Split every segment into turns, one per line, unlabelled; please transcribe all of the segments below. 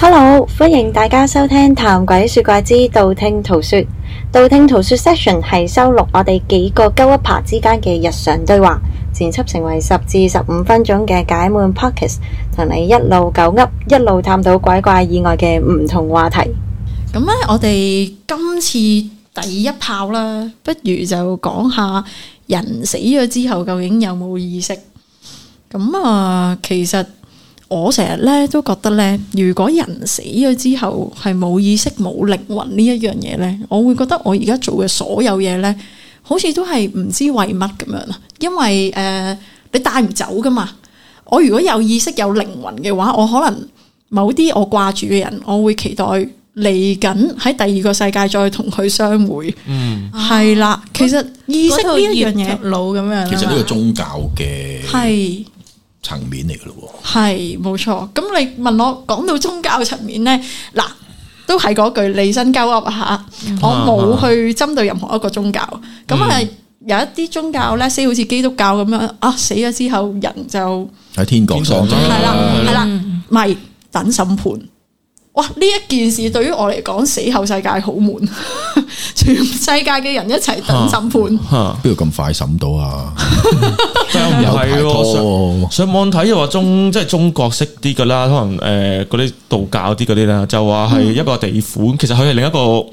Hello，歡迎大家收聽《談鬼說怪之道聽途說》。道聽途說 session 係收錄我哋幾個鳩一拍之間嘅日常對話，剪輯成為十至十五分鐘嘅解悶 podcast，同你一路狗噏，一路探討鬼怪以外嘅唔同話題。
咁咧，我哋今次第一炮啦，不如就講下人死咗之後究竟有冇意識？咁啊，其實我成日咧都覺得咧，如果人死咗之後係冇意識、冇靈魂呢一樣嘢咧，我會覺得我而家做嘅所有嘢咧，好似都係唔知為乜咁樣啦。因為誒、呃你帶唔走噶嘛。我如果有意識、有靈魂嘅話，我可能某啲我掛住嘅人，我會期待嚟緊喺第二個世界再同佢相會。
嗯，
係啦，其實意識呢一樣嘢
腦咁樣啊
其實呢個宗教嘅
係。
層面嚟嘅咯
係冇錯，咁你問我講到宗教層面呢，嗱都係嗰句利身交噏嚇，我冇去針對任何一個宗教。咁係有一啲宗教呢，即係好似基督教咁樣啊，死咗之後人就
喎，喺天國上咗
係
啦
啦係啦，咪等審判。哇！呢一件事對於我嚟講，死後世界好悶， 全世界嘅人一齊等審判。
吓，
邊度咁快審到啊？
但
有
係
排
喎。
拖
上上網睇又話中即係中國式啲噶啦，可能誒嗰啲道教啲嗰啲啦，就話係一個地府，其實佢係另一個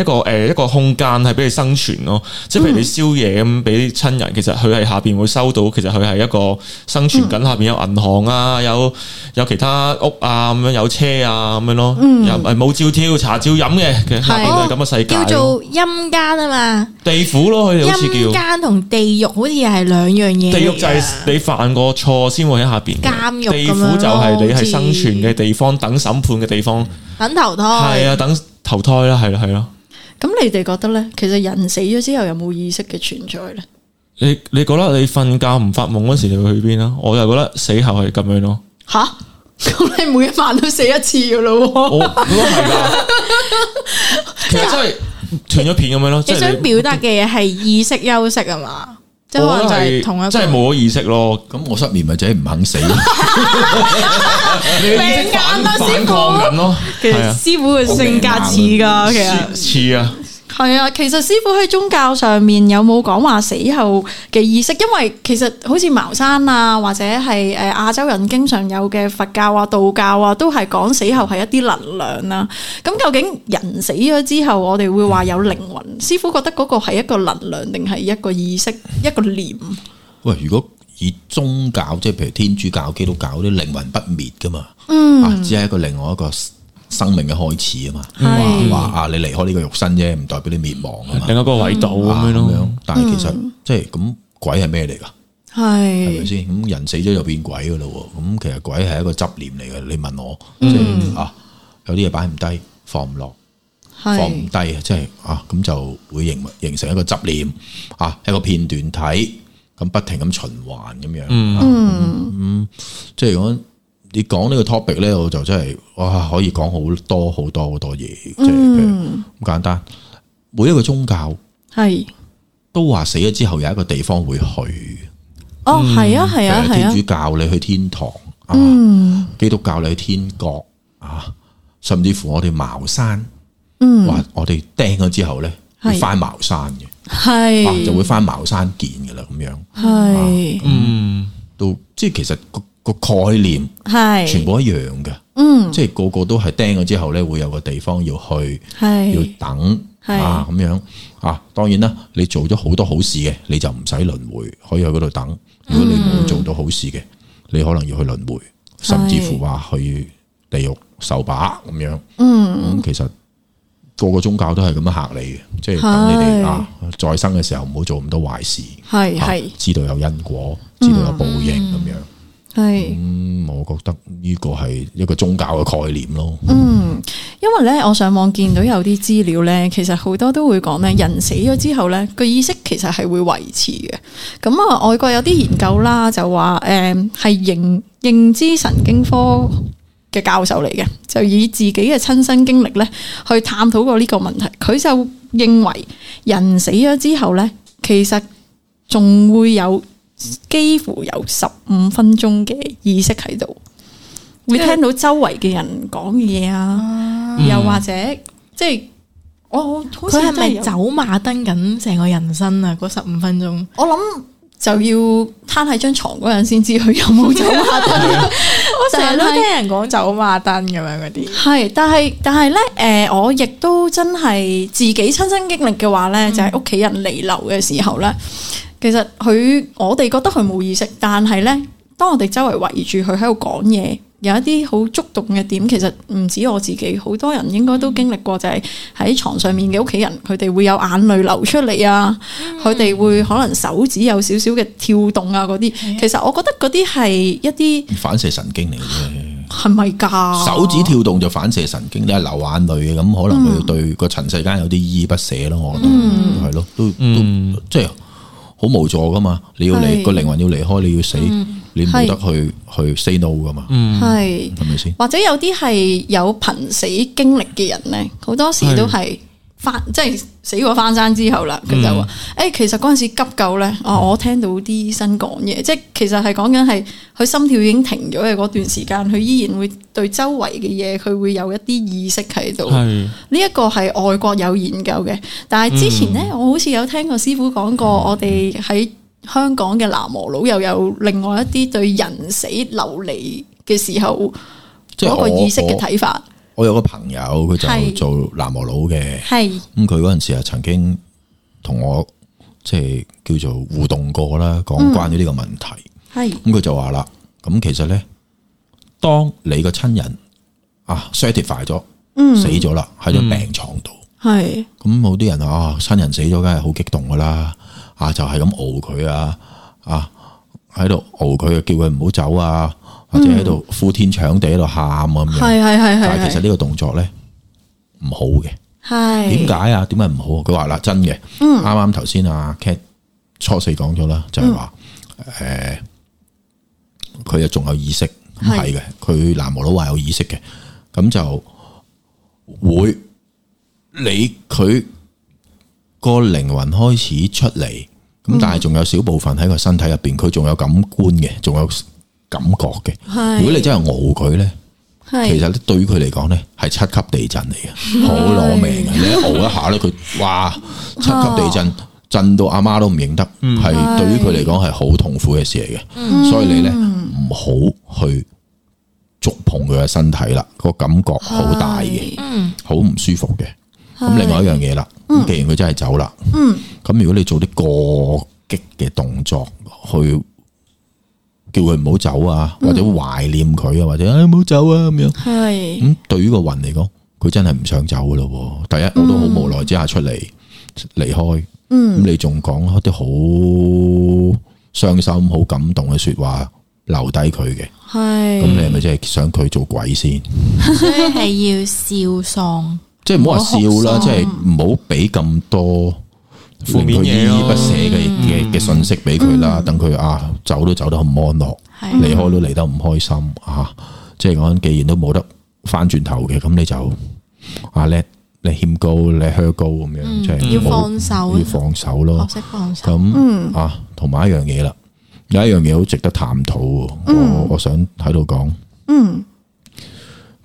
一個誒一個空間係俾你生存咯。即係譬如你宵夜咁俾親人，其實佢係下邊會收到，其實佢係一個生存緊，下邊有銀行啊，有有其他屋啊咁樣，有車啊咁樣咯，又誒冇照跳茶照飲嘅，其實下邊係咁嘅世界
叫
咯，
做陰間啊嘛，
地府咯，佢哋好似叫。
陰間同地獄好似係兩樣嘢嚟㗎。
地獄就係你犯過錯先會喺下邊嘅，
監獄
地
咁樣
府
咯
就係你係生存嘅地方，等審判嘅地方，
等投胎。
係啊，等投胎啦，係啦，係啦。
咁你哋覺得呢？其實人死咗之後有冇意識嘅存在呢？
你你覺得你瞓覺唔發夢嗰時，你會去邊啊？我就覺得死後係咁樣咯。
吓？咁你每一晚都死一次噶咯喎？
我我覺得係噶，其實真係斷咗片咁樣咯。即
你
係
想表達嘅嘢係意識休息啊嘛，即係
我
可
覺得
能就係同一個
真係冇咗意識咯。
咁我失眠咪就係唔肯死，
你嘅意識反反
命硬啊師傅
抗緊咯，
其
係
實
啊，
師 傅嘅性格似噶，其
似
實
似啊，
係啊，其實師傅喺宗教上面有冇講話死後嘅意識？因為其實好似茅山啊，或者係誒亞洲人經常有嘅佛教啊、道教啊，都係講死後係一啲能量啦、咁究竟人死咗之後，我哋會話有靈魂？師傅覺得嗰個係一個能量，定係一個意識、一個念？
喂，如果以宗教即係譬如天主教、基督教啲靈魂不滅噶嘛，嗯，只係一個另外一個生命嘅開始啊嘛，
係
話話啊你離開呢個肉身啫，唔代表你滅亡啊嘛，
另一個維度咁
啊
樣咯。，
但係其實即係咁鬼係咩嚟㗎？係咪
係
先？咁人死咗就變鬼噶咯喎，咁其實鬼係一個執念嚟嘅。你問我，即係啊，有啲嘢擺唔低，放唔落，放
係
唔低啊，即係啊，咁就會形形成一個執念啊，一個片段體，咁不停咁循環咁樣。啊嗯，即係講你講呢個 topic 咧，我就真係哇，可以講好多好多好多嘢，即係
嗯
譬如咁簡單。每一個宗教
係
都話死咗之後有一個地方會去。
哦，係啊，係啊，嗯
誒
係啊
天，主教你去天堂，啊、基督教你去天國啊，甚至乎我哋茅山，嗯，話我哋釘咗之後咧，
係
會翻茅山嘅，啊就
係
會翻茅山見嘅啦，咁樣
係
嗯，
到即係其實個個概念全
係
部一樣嘅，嗯，即係個個都係釘咗之後咧，會有個地方要去，要
係
等
係
啊咁樣啊，當然啦，你做咗好多好事嘅，你就唔使輪迴，可以去嗰度等。如果你冇做到好事嘅，你可能要去輪迴，甚至乎話去地獄受把咁樣。嗯，咁其實個個宗教都係咁樣嚇你嘅，即係等你哋
係
啊再生嘅時候唔好做咁多壞事，
係
啊
係
知道有因果，知道有報應咁樣。
係。
咁我覺得呢個係一個宗教嘅概念咯。
嗯因為咧，我上網見到有啲資料咧，其實好多都會講咧，人死咗之後咧，個意識其實係會維持嘅。咁啊，外國有啲研究啦，就話誒係認認知神經科嘅教授嚟嘅，就以自己嘅親身經歷咧去探討過呢個問題。佢就認為人死咗之後咧，其實仲會有幾乎有十五分鐘嘅意識喺度。會聽到周圍嘅人講嘢啊，又或者即係我我好似
佢係
真係
咪
有
走馬燈緊成個人生啊？嗰十五分鐘，
我諗就要攤喺張床嗰陣先知佢有冇走馬 燈。
我
啊成日都聽
人講走馬燈咁樣嗰啲。
係，但係但係咧，诶、我亦都真係自己親身經歷嘅話咧，就係屋企人離流嘅時候咧，其實佢我哋覺得佢冇意識，但係咧，當我哋周圍圍住佢喺度講嘢，有一啲好觸動嘅點，其實唔止我自己，好多人應該都經歷過，就係喺床上面嘅屋企人，佢哋會有眼淚流出嚟啊，佢哋、會可能手指有少少嘅跳動啊嗰啲，其實我覺得嗰啲係一啲
反射神經嚟嘅啫。
係咪㗎？
手指跳動就反射神經，你係流眼淚嘅，咁可能佢對個塵世間有啲依依不捨咯，我覺得係咯，都
嗯
都即係好無助噶嘛，你要離
係嗯
個靈魂要離開，你要死，你冇得去去 say no 噶嘛，
係。
係咪先？
或者有啲係有瀕死經歷嘅人咧，好多時都係翻即係死過翻山之後啦，佢就話：誒、其實嗰陣時急救咧，哦，我聽到啲醫生講嘢，即係其實係講緊係佢心跳已經停咗嘅嗰段時間，佢依然會對周圍嘅嘢，佢會有一啲意識喺度。
係
呢一個係外國有研究嘅，但係之前呢，我好似有聽過師傅講過，我哋喺香港嘅南無佬又有另外一啲對人死流離嘅時候
即係
嗰個
我
意識嘅睇法，
我有個朋友佢就
係
做南無佬嘅，
係
咁佢嗰陣時啊曾經同我即係叫做互動過啦，講
嗯
關於呢個問題。
係
咁佢就話啦，咁其實咧，當你個親人啊 certify 咗，
嗯
死咗啦，喺咗病床度，
係
咁好啲人話啊，親人死咗，梗係好激動噶啦，啊就係咁熬佢啊，啊喺度熬佢，叫佢唔好走啊，或者喺度呼天搶地喺度喊啊咁樣，
嗯係係係
但係
係
其實
係
呢個動作咧唔好嘅。
係
點解啊？點解唔好啊？佢話啦，真嘅，
嗯
啱啱頭先啊 Cat 初四講咗啦，就係話誒，佢啊仲有意識，咁
係
係嘅，佢南無佬話有意識嘅，咁就會你佢個靈魂開始出嚟，
嗯
咁但係仲有少部分喺個身體入邊，佢仲有感官嘅，仲有感覺嘅。
係
如果你真係熬佢咧。其
係
實咧對於佢嚟講咧係七級地震嚟嘅，好攞命嘅。你一熬一下咧，佢哇七級地震震到阿媽都唔認得，係對於佢嚟講係好痛苦嘅事嚟嘅。所以你咧唔好去觸碰佢嘅身體啦，個感覺好大嘅，
嗯
好唔舒服嘅。咁另外一樣嘢啦，咁既然佢真係走啦，咁如果你做啲過激嘅動作去。叫佢唔好走啊，或者懷念佢啊，或者唉唔好走啊咁樣。
係
咁對於個雲嚟講，佢真係唔想走噶咯喎。第一，我都好無奈之下出嚟離開。咁、你仲講一啲好傷心、好感動嘅说話留低佢嘅，咁你
係
係咪真係想佢做鬼先？
所以係要笑 喪，
即係唔好話笑啦，即係唔好俾咁多
負面嘢
令佢依依
咯
不捨嘅嘅嘅信息俾佢啦。等佢啊走都走得唔安樂，
係
離開都離得唔開心啊！即係講，既然都冇得翻轉頭嘅，咁你就啊叻你謙高，你靴高咁樣，即係
嗯要
冇
放手
要放手咯
學。識放手。
嗯
咁啊，同埋一樣嘢啦，有一樣嘢好值得探討喎。我我想喺度講，
嗯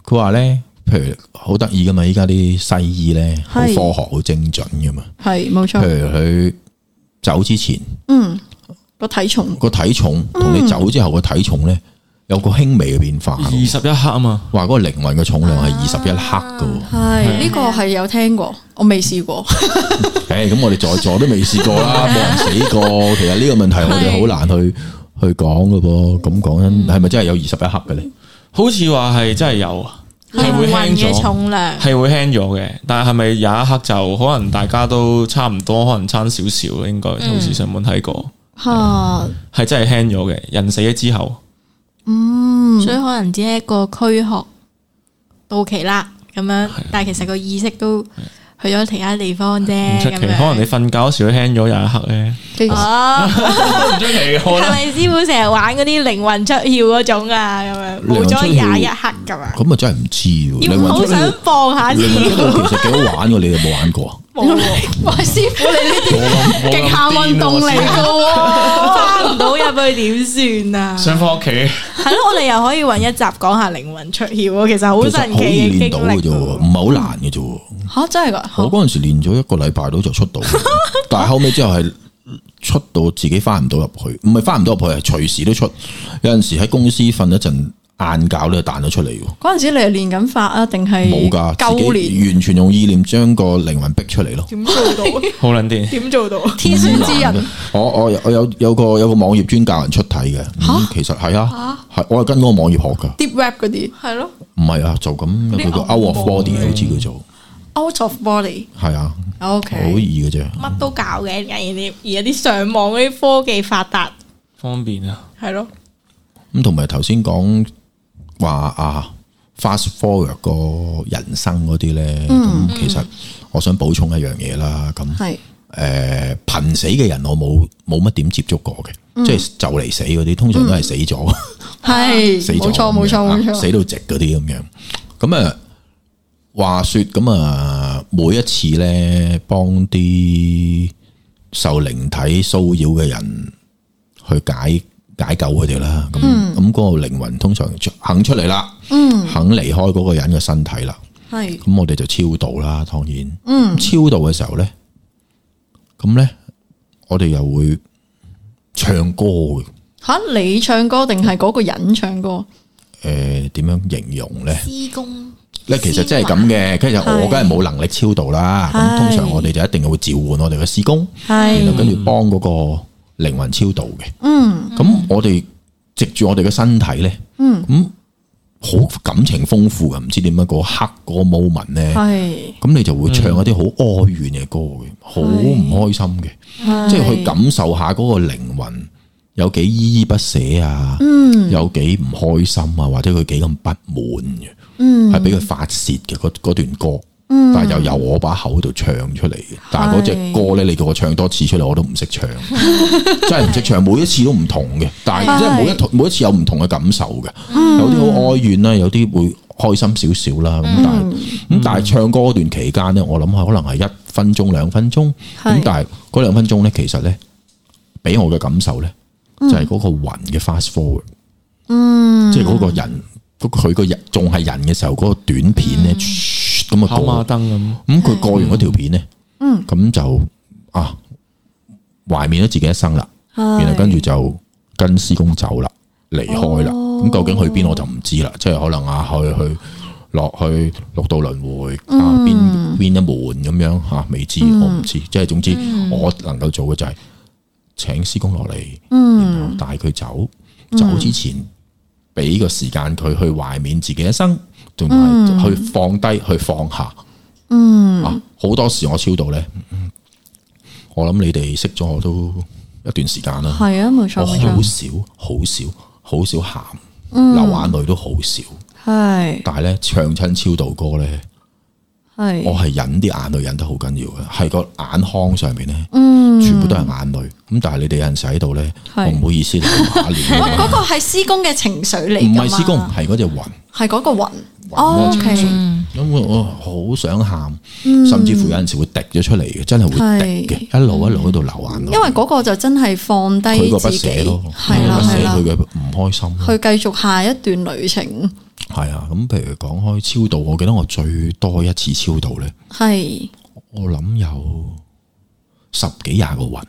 佢話咧，譬如好得意噶嘛，依家啲西醫咧，好科
係
學、好精準噶嘛。
係冇
譬
嗯
錯，
如佢走之前
嗯個體重
個體重，
嗯
同你走之後個體重咧，有個輕微嘅變化
二
喎。
十一克啊嘛，
話嗰個靈魂嘅重量係
啊
二十一克噶。
係呢個係有聽過，我未試 過，
诶，咁我哋在座都未試過 啦，冇人死過。其實呢個問題我哋好難去去講噶噃。咁講
嗯
真，係咪真係有二十一克嘅咧？
好似話係真係有啊，
嗯
係會
靈魂
輕
嘅
咗。
重量
係會輕咗嘅，但係係咪有一刻就可能大家都差唔多，可能差少少咯應該好似上網睇過，
嚇
係真係輕咗嘅。人死咗之後，
所以可能只係一個軀殼到期啦咁樣，但係其實個意識都去咗其他地方啫。
唔出奇，
咁
可
樣
能你瞓覺時都輕咗有一刻咧，
其
啊
實
哦，
唔出奇嘅 可
係
能。
咪師傅成日玩嗰啲靈魂出竅嗰種啊？咁樣冇咗廿一刻咁啊，
咁啊真係唔知喎。
要
靈
好
魂出
想
竅，
放下先
靈。魂出竅其實幾好玩嘅，你哋有冇玩過啊？
喂師傅你呢啲
我諗 我諗
極限運動嚟
癲啊
噶喎。
翻唔到一入去點算啊？
想翻屋企，
係咯，我哋又可以揾一集講下靈魂出竅喎，其實好
其實
神
好易
奇嘅
練
經
到嘅
歷
啫喎，
喎。
唔係好難嘅啫喎。
吓真係噶，
我嗰阵时练咗一個禮拜到就出到，但係後尾之後係出到自己翻唔到入去，唔係翻唔到入去，係隨時都出。有阵时喺公司瞓一陣晏覺咧，彈咗出嚟喎。
嗰阵时你係練緊法啊，定係
冇噶，
勾
自
練？
己完全用意念將個靈魂逼出嚟咯。
點做到？
好撚癲。
點 做到？
天選之人，
我我有我有有個有個網頁專教人出體嘅，咁其實係啊，係我係跟嗰個網頁學噶，
deep rap 嗰啲
係咯，
唔係啊，就咁有佢個 out of body 好似叫做，
out of body。
係啊，好
OK，
易嘅啫。
乜都搞嘅，而家啲而家啲上網嗰啲科技發達，
方便啊！
係咯，
咁同埋頭先講話啊，fast forward 個人生嗰啲咧，咁其實我想補充一樣嘢啦，咁。
係
诶，濒、瀕死嘅人我冇冇乜點接觸過嘅，即係就嚟死嗰啲，通常都係死咗，
係，
死咗
冇錯
咁樣
冇錯冇
啊
錯，
死到直嗰啲咁樣。咁啊，話说咁啊，每一次咧幫啲受靈體騷擾嘅人去解解救佢哋啦，咁
嗯
咁嗰個靈魂通常出肯出嚟啦，肯離開嗰個人嘅身體啦。
係
咁我哋就超度啦，當然，
嗯
超度嘅時候咧，咁咧我哋又會唱歌嘅，
吓你唱歌定係嗰個人唱歌？
诶、呃點樣形容咧？
施工
咧其實真係咁嘅，跟住
係
我梗係冇能力超度啦，
係
咁通常我哋就一定會召喚我哋嘅師公，然後
係
跟住幫嗰個靈魂超度嘅，嗯，咁我哋藉住我哋嘅身體咧，嗯，咁好感情豐富嘅，唔知點解嗰刻嗰個 moment 咧。
係
咁你就會唱一啲好哀怨嘅歌嘅，好唔開心嘅，即係去感受下嗰個靈魂有幾依依不捨啊，有幾唔開心啊，或者佢幾咁不滿嘅，係俾佢發泄嘅嗰嗰段歌，但係又由我把口度唱出嚟嘅，但係嗰
係
只歌咧，你叫我唱多次出嚟，我都唔識唱，真係唔識唱，每一次都唔同嘅，但係即係每一套每一次有唔同嘅感受嘅，有啲好哀怨啦，有啲會開心少少啦，咁但係。咁但係唱歌嗰段期間咧，我諗係可能係一分鐘兩分鐘，
係
咁但係嗰兩分鐘咧，其實咧俾我嘅感受咧，就係嗰個雲嘅 fast forward，嗯，即係嗰個人，嗰佢個人仲係人嘅時候，嗰個短片咧，咁啊
跑馬
過，
燈咁，
咁佢過完嗰條片咧，嗯，咁就啊懷緬咗自己一生啦，
係
然後跟住就跟師公走啦，離開啦。咁、究竟去邊我就唔知啦，即係可能啊去去落去六道輪迴啊邊邊一門咁樣吓、啊未知我唔知。即係總之我能夠做嘅就係請師公落嚟，
嗯
然後帶佢走。走之前俾個時間佢去懷緬自己一生，同
嗯
埋去放低去放下。嗯，啊好多時我超度咧，我諗你哋識咗我都一段時間啦。
係啊，冇錯
我
冇
好
錯，
少、好少、好少喊，
嗯
流眼淚都好少。
係
但係咧，唱親超度歌咧，我
係
係忍啲眼淚忍得好緊要嘅，係個眼眶上面咧，全部都係眼淚。咁但係你哋有陣時喺度咧，我
嗯係
唔好意思，你唔 打
我
臉
嗰個係施工嘅情緒嚟
唔
㗎嘛，
係施工，係嗰只雲。
係嗰個雲。O K，
因為我好想喊，
嗯
甚至乎有陣時會滴咗出嚟嘅，真係會滴嘅，一路一路喺度流眼淚。
因為嗰個就真係放
佢
低
個不
自己，
捨咯，
係
佢
啦
個不
係
捨，
啦
佢，嘅唔開心咯。
去繼續下一段旅程，
係啊，咁譬如講開超度，我記得我最多一次超度咧，
係
我諗有十幾廿個雲，